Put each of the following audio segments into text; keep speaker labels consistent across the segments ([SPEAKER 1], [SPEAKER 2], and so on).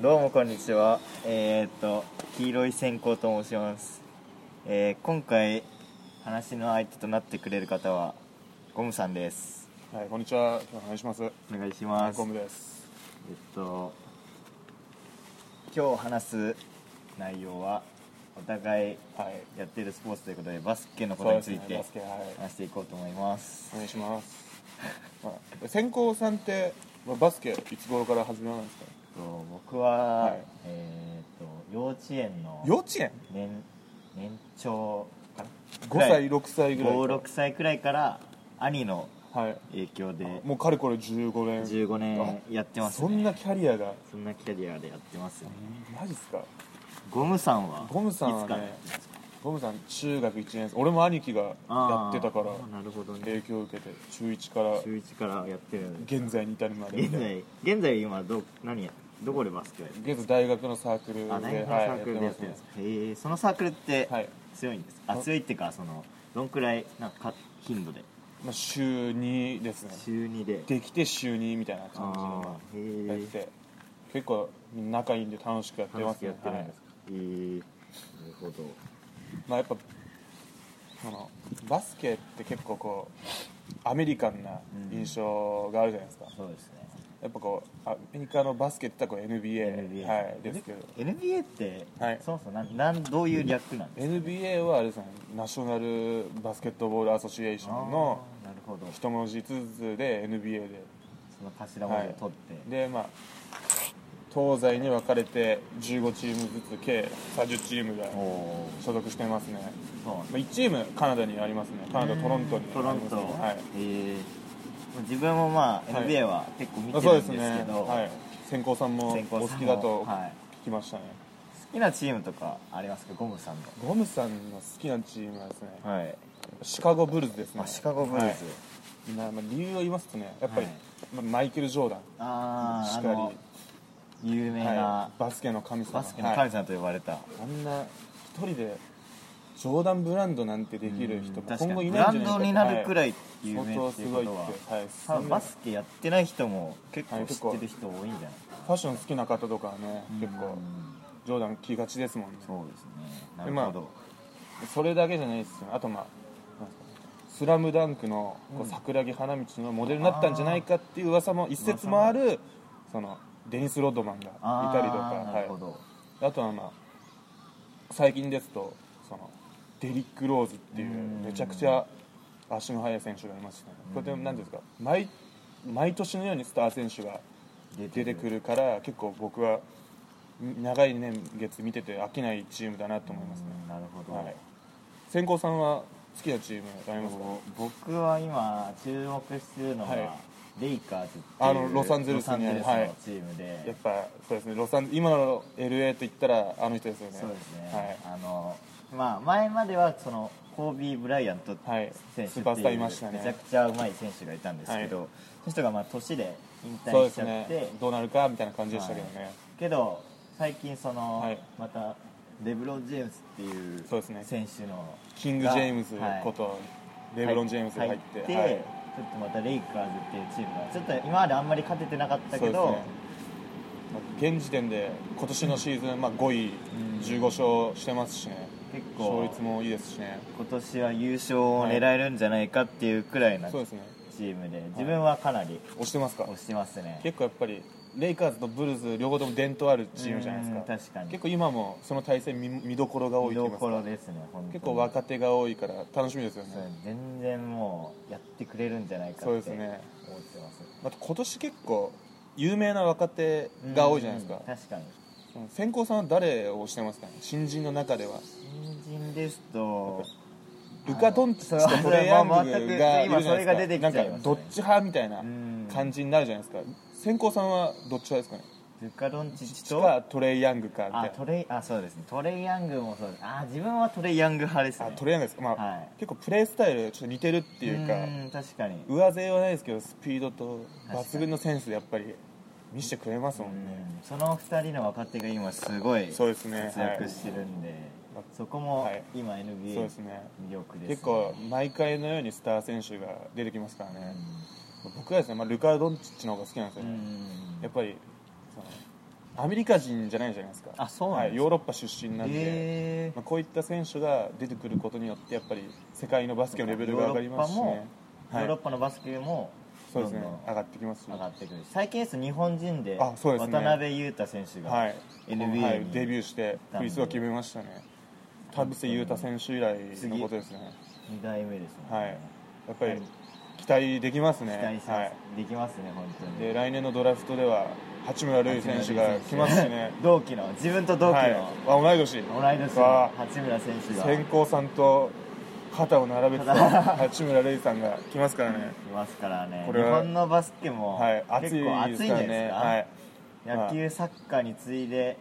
[SPEAKER 1] どうもこんにちは。えー、っと黄色い線香と申します。えー、今回話の相手となってくれる方はゴムさんです。
[SPEAKER 2] はい、こんにちは。今日お願いします。
[SPEAKER 1] お願いします。
[SPEAKER 2] ゴムです。
[SPEAKER 1] えっと今日話す内容はお互い
[SPEAKER 2] はい。
[SPEAKER 1] やってるスポーツということでバスケのこ
[SPEAKER 2] そう
[SPEAKER 1] とに
[SPEAKER 2] です
[SPEAKER 1] つい
[SPEAKER 2] ね。
[SPEAKER 1] て
[SPEAKER 2] バスケ、はい。
[SPEAKER 1] 話していこうと思います。
[SPEAKER 2] お願いします。まあ、先行さんって、まあ、バスケいつ頃から始めなんですか。
[SPEAKER 1] えっと僕は、
[SPEAKER 2] はい
[SPEAKER 1] えー、っと幼稚園の
[SPEAKER 2] 幼稚園。
[SPEAKER 1] 年年長かな
[SPEAKER 2] 五
[SPEAKER 1] は
[SPEAKER 2] 歳、
[SPEAKER 1] い
[SPEAKER 2] 六歳ぐらい。
[SPEAKER 1] 56歳くらいから兄の
[SPEAKER 2] はい。
[SPEAKER 1] 影響で
[SPEAKER 2] もうかれこれ十五年。
[SPEAKER 1] 15年やってます
[SPEAKER 2] そ
[SPEAKER 1] ね
[SPEAKER 2] んなキャリアが。
[SPEAKER 1] そんなキャリアでやってますね
[SPEAKER 2] マジっすか。
[SPEAKER 1] ゴムさんは
[SPEAKER 2] ゴムさん
[SPEAKER 1] いつ
[SPEAKER 2] は
[SPEAKER 1] から
[SPEAKER 2] ね。ゴムさん、中学一年生。俺も兄貴がや
[SPEAKER 1] あ
[SPEAKER 2] っ
[SPEAKER 1] ー
[SPEAKER 2] てたから。
[SPEAKER 1] なるほどね
[SPEAKER 2] 影響を受けて、中一から。
[SPEAKER 1] 中1からやってるんで
[SPEAKER 2] 現在に至るまでみ
[SPEAKER 1] 現
[SPEAKER 2] たいな。
[SPEAKER 1] 在現在今ど何やどこでバスケをやってる
[SPEAKER 2] 現在大学のサークルで、
[SPEAKER 1] あ大学のサ
[SPEAKER 2] はい
[SPEAKER 1] ークルでやってるん
[SPEAKER 2] ま
[SPEAKER 1] ですすへーそのサークルって
[SPEAKER 2] はい。
[SPEAKER 1] 強いんですかあ強いっていうかそのどんくらいなんか頻度で
[SPEAKER 2] まあ、週2ですね
[SPEAKER 1] 週2で
[SPEAKER 2] できて週2みたいな感
[SPEAKER 1] ああへ
[SPEAKER 2] じでやって
[SPEAKER 1] ー
[SPEAKER 2] て結構仲いいんで楽しくやってま
[SPEAKER 1] 楽し
[SPEAKER 2] す
[SPEAKER 1] くや
[SPEAKER 2] ね
[SPEAKER 1] ってるんです
[SPEAKER 2] は
[SPEAKER 1] かへーなるほど
[SPEAKER 2] いまあ、やっぱそのバスケって結構こうアメリカンな印象があるじゃないですか、
[SPEAKER 1] そうですね
[SPEAKER 2] やっぱこうアメリカのバスケって言ったらこう NBA,
[SPEAKER 1] NBA
[SPEAKER 2] はい、ですけど
[SPEAKER 1] NBA って、
[SPEAKER 2] はい
[SPEAKER 1] そもそもなんなんどういう略なんですか
[SPEAKER 2] NBA はあれですねナショナルバスケットボールアソシエーションの
[SPEAKER 1] あーなるほど
[SPEAKER 2] 一文字ずつで NBA で
[SPEAKER 1] その頭文字を取って、
[SPEAKER 2] でまあ東西に分かれて15チームずつ計30チームが
[SPEAKER 1] おおー
[SPEAKER 2] 所属してますね、
[SPEAKER 1] そうなん
[SPEAKER 2] まあ、1チームカナダにありますねカナダトロントに
[SPEAKER 1] トロ
[SPEAKER 2] あり
[SPEAKER 1] ン
[SPEAKER 2] ます
[SPEAKER 1] ト、
[SPEAKER 2] ねはい
[SPEAKER 1] えー自分もまあ
[SPEAKER 2] はい
[SPEAKER 1] NBA は結構見て
[SPEAKER 2] まあ
[SPEAKER 1] る
[SPEAKER 2] そうんで
[SPEAKER 1] ですすけど、
[SPEAKER 2] ねはい先行さんもお
[SPEAKER 1] 先行
[SPEAKER 2] 好
[SPEAKER 1] さんも
[SPEAKER 2] きだ
[SPEAKER 1] は
[SPEAKER 2] と
[SPEAKER 1] い
[SPEAKER 2] 聞きましたね、
[SPEAKER 1] 好きなチームとかありますかゴムさんの
[SPEAKER 2] ゴムさんの好きなチームはですね、
[SPEAKER 1] はい、
[SPEAKER 2] シカゴブルズですね
[SPEAKER 1] あ、シカゴブルズ、
[SPEAKER 2] はいまあまあ、理由を言いますとねやっぱり、
[SPEAKER 1] はい
[SPEAKER 2] まあマイケル・ジョーダン
[SPEAKER 1] あ
[SPEAKER 2] し
[SPEAKER 1] あ
[SPEAKER 2] か
[SPEAKER 1] あ
[SPEAKER 2] り
[SPEAKER 1] の有名な、
[SPEAKER 2] はい、バスケの神様
[SPEAKER 1] バスケの神様と呼ばれた、
[SPEAKER 2] あんな一人でジョーダンブランドなんてできる人
[SPEAKER 1] う
[SPEAKER 2] も
[SPEAKER 1] ん確か
[SPEAKER 2] 今後い
[SPEAKER 1] にブ
[SPEAKER 2] ない
[SPEAKER 1] ラン
[SPEAKER 2] んじゃないか
[SPEAKER 1] ドになるくら
[SPEAKER 2] い
[SPEAKER 1] い有名
[SPEAKER 2] 相当
[SPEAKER 1] って
[SPEAKER 2] す
[SPEAKER 1] いう
[SPEAKER 2] ご
[SPEAKER 1] こ
[SPEAKER 2] いって
[SPEAKER 1] とは
[SPEAKER 2] はい
[SPEAKER 1] 多分バ
[SPEAKER 2] バス
[SPEAKER 1] スケやってない人も結構知ってる人多いんじゃない
[SPEAKER 2] ファッション好きな方とかはね結構
[SPEAKER 1] うん
[SPEAKER 2] ジョーダン着がちですもんね
[SPEAKER 1] そうですねな
[SPEAKER 2] で
[SPEAKER 1] るほど、
[SPEAKER 2] それだけじゃないですよあとまあなんですかねスラムダンクのこう桜木花道のモデルになったんじゃないかっていう噂も一説もあるそのデニス・ロッドマンがい
[SPEAKER 1] あー、
[SPEAKER 2] たりとか
[SPEAKER 1] なるほど、
[SPEAKER 2] はい、あとはまあ最近ですとそのデリック・ローズっていう
[SPEAKER 1] うん
[SPEAKER 2] めちゃくちゃ足の速い選手がいますねこれで何ですか毎毎年のようにスター選手が出てくるから結構僕はん長い年月見てて飽きないチームだなと思いますね
[SPEAKER 1] うんなるほど、
[SPEAKER 2] はい千光さんは好きなチームありますか
[SPEAKER 1] 僕は今注目してるのが、
[SPEAKER 2] はい
[SPEAKER 1] レイカーズっていう
[SPEAKER 2] あのロサンゼルスにある
[SPEAKER 1] ロサンゼルスのチームで、
[SPEAKER 2] やっぱそうですねロサン今の LA と言ったらあの人ですよね
[SPEAKER 1] そうですね、あのまあ前まではそのコービー・ブライアント
[SPEAKER 2] はい、はい、
[SPEAKER 1] 選手っ
[SPEAKER 2] スー
[SPEAKER 1] て
[SPEAKER 2] パースター
[SPEAKER 1] い
[SPEAKER 2] いうま
[SPEAKER 1] め
[SPEAKER 2] し
[SPEAKER 1] ち
[SPEAKER 2] たね
[SPEAKER 1] ゃくちゃうまい選手がいたんですけど、
[SPEAKER 2] は
[SPEAKER 1] その人がまあ年で引
[SPEAKER 2] そう
[SPEAKER 1] 退
[SPEAKER 2] で
[SPEAKER 1] し
[SPEAKER 2] す
[SPEAKER 1] ちゃって、
[SPEAKER 2] ねどうなるかみたいな感じでしたけどね、
[SPEAKER 1] けど最近その、
[SPEAKER 2] はい
[SPEAKER 1] またレブロン・ジェームズっていう
[SPEAKER 2] そうですね
[SPEAKER 1] 選手の
[SPEAKER 2] キング・ジェームズこと、レブロン・ジェームズが入って、
[SPEAKER 1] 入
[SPEAKER 2] はい
[SPEAKER 1] ちょっとまたレイカーズっていうチームがちょっと今まであんまり勝ててなかった
[SPEAKER 2] そう
[SPEAKER 1] け
[SPEAKER 2] ですね
[SPEAKER 1] ど、
[SPEAKER 2] まあ現時点で今年のシーズン、まあ、5位
[SPEAKER 1] ん
[SPEAKER 2] 15勝してますしね
[SPEAKER 1] 結構
[SPEAKER 2] 勝率もいいですしね
[SPEAKER 1] 今年は優勝を狙えるんじゃないかっていうくらいなチ
[SPEAKER 2] そうですね
[SPEAKER 1] ームで自分はかなり
[SPEAKER 2] 押してますか
[SPEAKER 1] 推してますね
[SPEAKER 2] 結構やっぱりレイカーズとブルーズ両方とも伝統あるチームじゃないです
[SPEAKER 1] うん
[SPEAKER 2] か
[SPEAKER 1] 確かに
[SPEAKER 2] 結構今もその対戦見見どころが多い
[SPEAKER 1] 見
[SPEAKER 2] と
[SPEAKER 1] ど
[SPEAKER 2] 言います
[SPEAKER 1] こ
[SPEAKER 2] か
[SPEAKER 1] ろですね本当に
[SPEAKER 2] 結構若手が多いから楽しみですよ
[SPEAKER 1] そう
[SPEAKER 2] ね
[SPEAKER 1] 全然もうやってくれるんじゃないかって
[SPEAKER 2] そう
[SPEAKER 1] 思
[SPEAKER 2] で
[SPEAKER 1] っ
[SPEAKER 2] す
[SPEAKER 1] て
[SPEAKER 2] ね
[SPEAKER 1] ます
[SPEAKER 2] また今年結構有名な若手が多いじゃないです
[SPEAKER 1] う
[SPEAKER 2] か
[SPEAKER 1] ん確かに
[SPEAKER 2] 先行さんは誰を推してますかね新人の中では
[SPEAKER 1] 新人ですと
[SPEAKER 2] ルカ・ドンチッチとトレイ・ヤングがいるじゃない
[SPEAKER 1] 今それが出
[SPEAKER 2] で
[SPEAKER 1] てき
[SPEAKER 2] すか
[SPEAKER 1] ちゃ
[SPEAKER 2] ないん
[SPEAKER 1] ますね
[SPEAKER 2] かどっち派みたいな
[SPEAKER 1] うん
[SPEAKER 2] 感じになるじゃないですか先行さんはどっち派ですかね
[SPEAKER 1] ルカ・ドンチッチと
[SPEAKER 2] かトレイ・ヤングかみた
[SPEAKER 1] あ
[SPEAKER 2] い
[SPEAKER 1] トレイあそうですねトレイヤングもそうですあ自分はトレイヤング派です
[SPEAKER 2] なあ
[SPEAKER 1] ね
[SPEAKER 2] トレイ・ヤングですか、まあ
[SPEAKER 1] はい
[SPEAKER 2] 結構プレースタイルちょっと似てるっていうか
[SPEAKER 1] ん確かに
[SPEAKER 2] 上背はないですけどスピードと
[SPEAKER 1] 確か
[SPEAKER 2] 抜
[SPEAKER 1] に
[SPEAKER 2] 群のセンスでやっぱり見せてくれますもんね
[SPEAKER 1] うんその2人の若手が今すごい
[SPEAKER 2] そう
[SPEAKER 1] 活
[SPEAKER 2] ですね
[SPEAKER 1] 躍してるんで
[SPEAKER 2] はい
[SPEAKER 1] そこも
[SPEAKER 2] はい
[SPEAKER 1] 今
[SPEAKER 2] はい
[SPEAKER 1] NBA
[SPEAKER 2] そうですね
[SPEAKER 1] 魅力ですね
[SPEAKER 2] 結構毎回のようにスター選手が出てきますから
[SPEAKER 1] う
[SPEAKER 2] ね
[SPEAKER 1] ん
[SPEAKER 2] 僕はですね、まあ、ルカ・ドンチッチの方が好きなんですよ
[SPEAKER 1] う
[SPEAKER 2] ね
[SPEAKER 1] ん
[SPEAKER 2] やっぱりそのアメリカ人じゃないじゃないですか
[SPEAKER 1] あそうなんですね
[SPEAKER 2] はい、ヨーロッパ出身なんで、
[SPEAKER 1] え
[SPEAKER 2] まあ、こういった選手が出てくることによってやっぱり世界のバスケのレベルが上がりますし、
[SPEAKER 1] ヨーロッ
[SPEAKER 2] ね
[SPEAKER 1] ー
[SPEAKER 2] は
[SPEAKER 1] ヨーロッ
[SPEAKER 2] い、
[SPEAKER 1] パのバスケも
[SPEAKER 2] そうですね
[SPEAKER 1] どんどん
[SPEAKER 2] 上がってきますし、
[SPEAKER 1] 上がってくる最近ですと日本人で
[SPEAKER 2] あそう
[SPEAKER 1] 渡
[SPEAKER 2] ですね
[SPEAKER 1] 辺裕太選手
[SPEAKER 2] は
[SPEAKER 1] が
[SPEAKER 2] い
[SPEAKER 1] NBA
[SPEAKER 2] はい
[SPEAKER 1] に
[SPEAKER 2] デビューしてフリースロー決めましたね田臥勇太選手以来のことですね
[SPEAKER 1] 2代目ですね
[SPEAKER 2] はいやっぱ
[SPEAKER 1] はい
[SPEAKER 2] り期待できます
[SPEAKER 1] 期待
[SPEAKER 2] ね
[SPEAKER 1] します
[SPEAKER 2] はい
[SPEAKER 1] できますね本当に
[SPEAKER 2] で来年のドラフトでは八村塁選手が来ますしね
[SPEAKER 1] 同期の自分と同期
[SPEAKER 2] はい、あ
[SPEAKER 1] の
[SPEAKER 2] 同い
[SPEAKER 1] 同い
[SPEAKER 2] 年
[SPEAKER 1] 年の
[SPEAKER 2] わ
[SPEAKER 1] 八村選手
[SPEAKER 2] あ
[SPEAKER 1] が
[SPEAKER 2] 先行さんと肩を並べ てた八村塁さんが来ますからね
[SPEAKER 1] いますからね
[SPEAKER 2] こ
[SPEAKER 1] 日
[SPEAKER 2] れは
[SPEAKER 1] 本のバスケも
[SPEAKER 2] はい熱
[SPEAKER 1] 結
[SPEAKER 2] い
[SPEAKER 1] 構熱いん
[SPEAKER 2] です
[SPEAKER 1] じ
[SPEAKER 2] か
[SPEAKER 1] ゃ
[SPEAKER 2] ら
[SPEAKER 1] ないで
[SPEAKER 2] ね
[SPEAKER 1] す
[SPEAKER 2] はい
[SPEAKER 1] か野球サッカーに次いで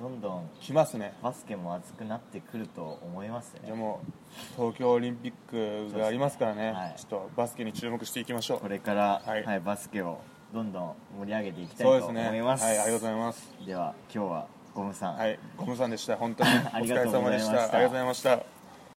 [SPEAKER 1] どんどん
[SPEAKER 2] 来ますね
[SPEAKER 1] バスケも熱くなってくると思います
[SPEAKER 2] じゃ
[SPEAKER 1] ね
[SPEAKER 2] あもう東京オリンピックがありますからね、
[SPEAKER 1] はい
[SPEAKER 2] ちょっとバスケに注目していきましょ
[SPEAKER 1] こ
[SPEAKER 2] う
[SPEAKER 1] れから
[SPEAKER 2] はい
[SPEAKER 1] はいバスケをどんどん盛り上げていきた
[SPEAKER 2] そう
[SPEAKER 1] い
[SPEAKER 2] で
[SPEAKER 1] と
[SPEAKER 2] す
[SPEAKER 1] 思
[SPEAKER 2] ね
[SPEAKER 1] います
[SPEAKER 2] はい、ありがとうございます
[SPEAKER 1] では今日はゴムさん
[SPEAKER 2] はい、ゴムさんでした。本当にお
[SPEAKER 1] あり
[SPEAKER 2] 疲
[SPEAKER 1] が
[SPEAKER 2] れ
[SPEAKER 1] とうございま
[SPEAKER 2] 様でし
[SPEAKER 1] した
[SPEAKER 2] た。ありがとうございました。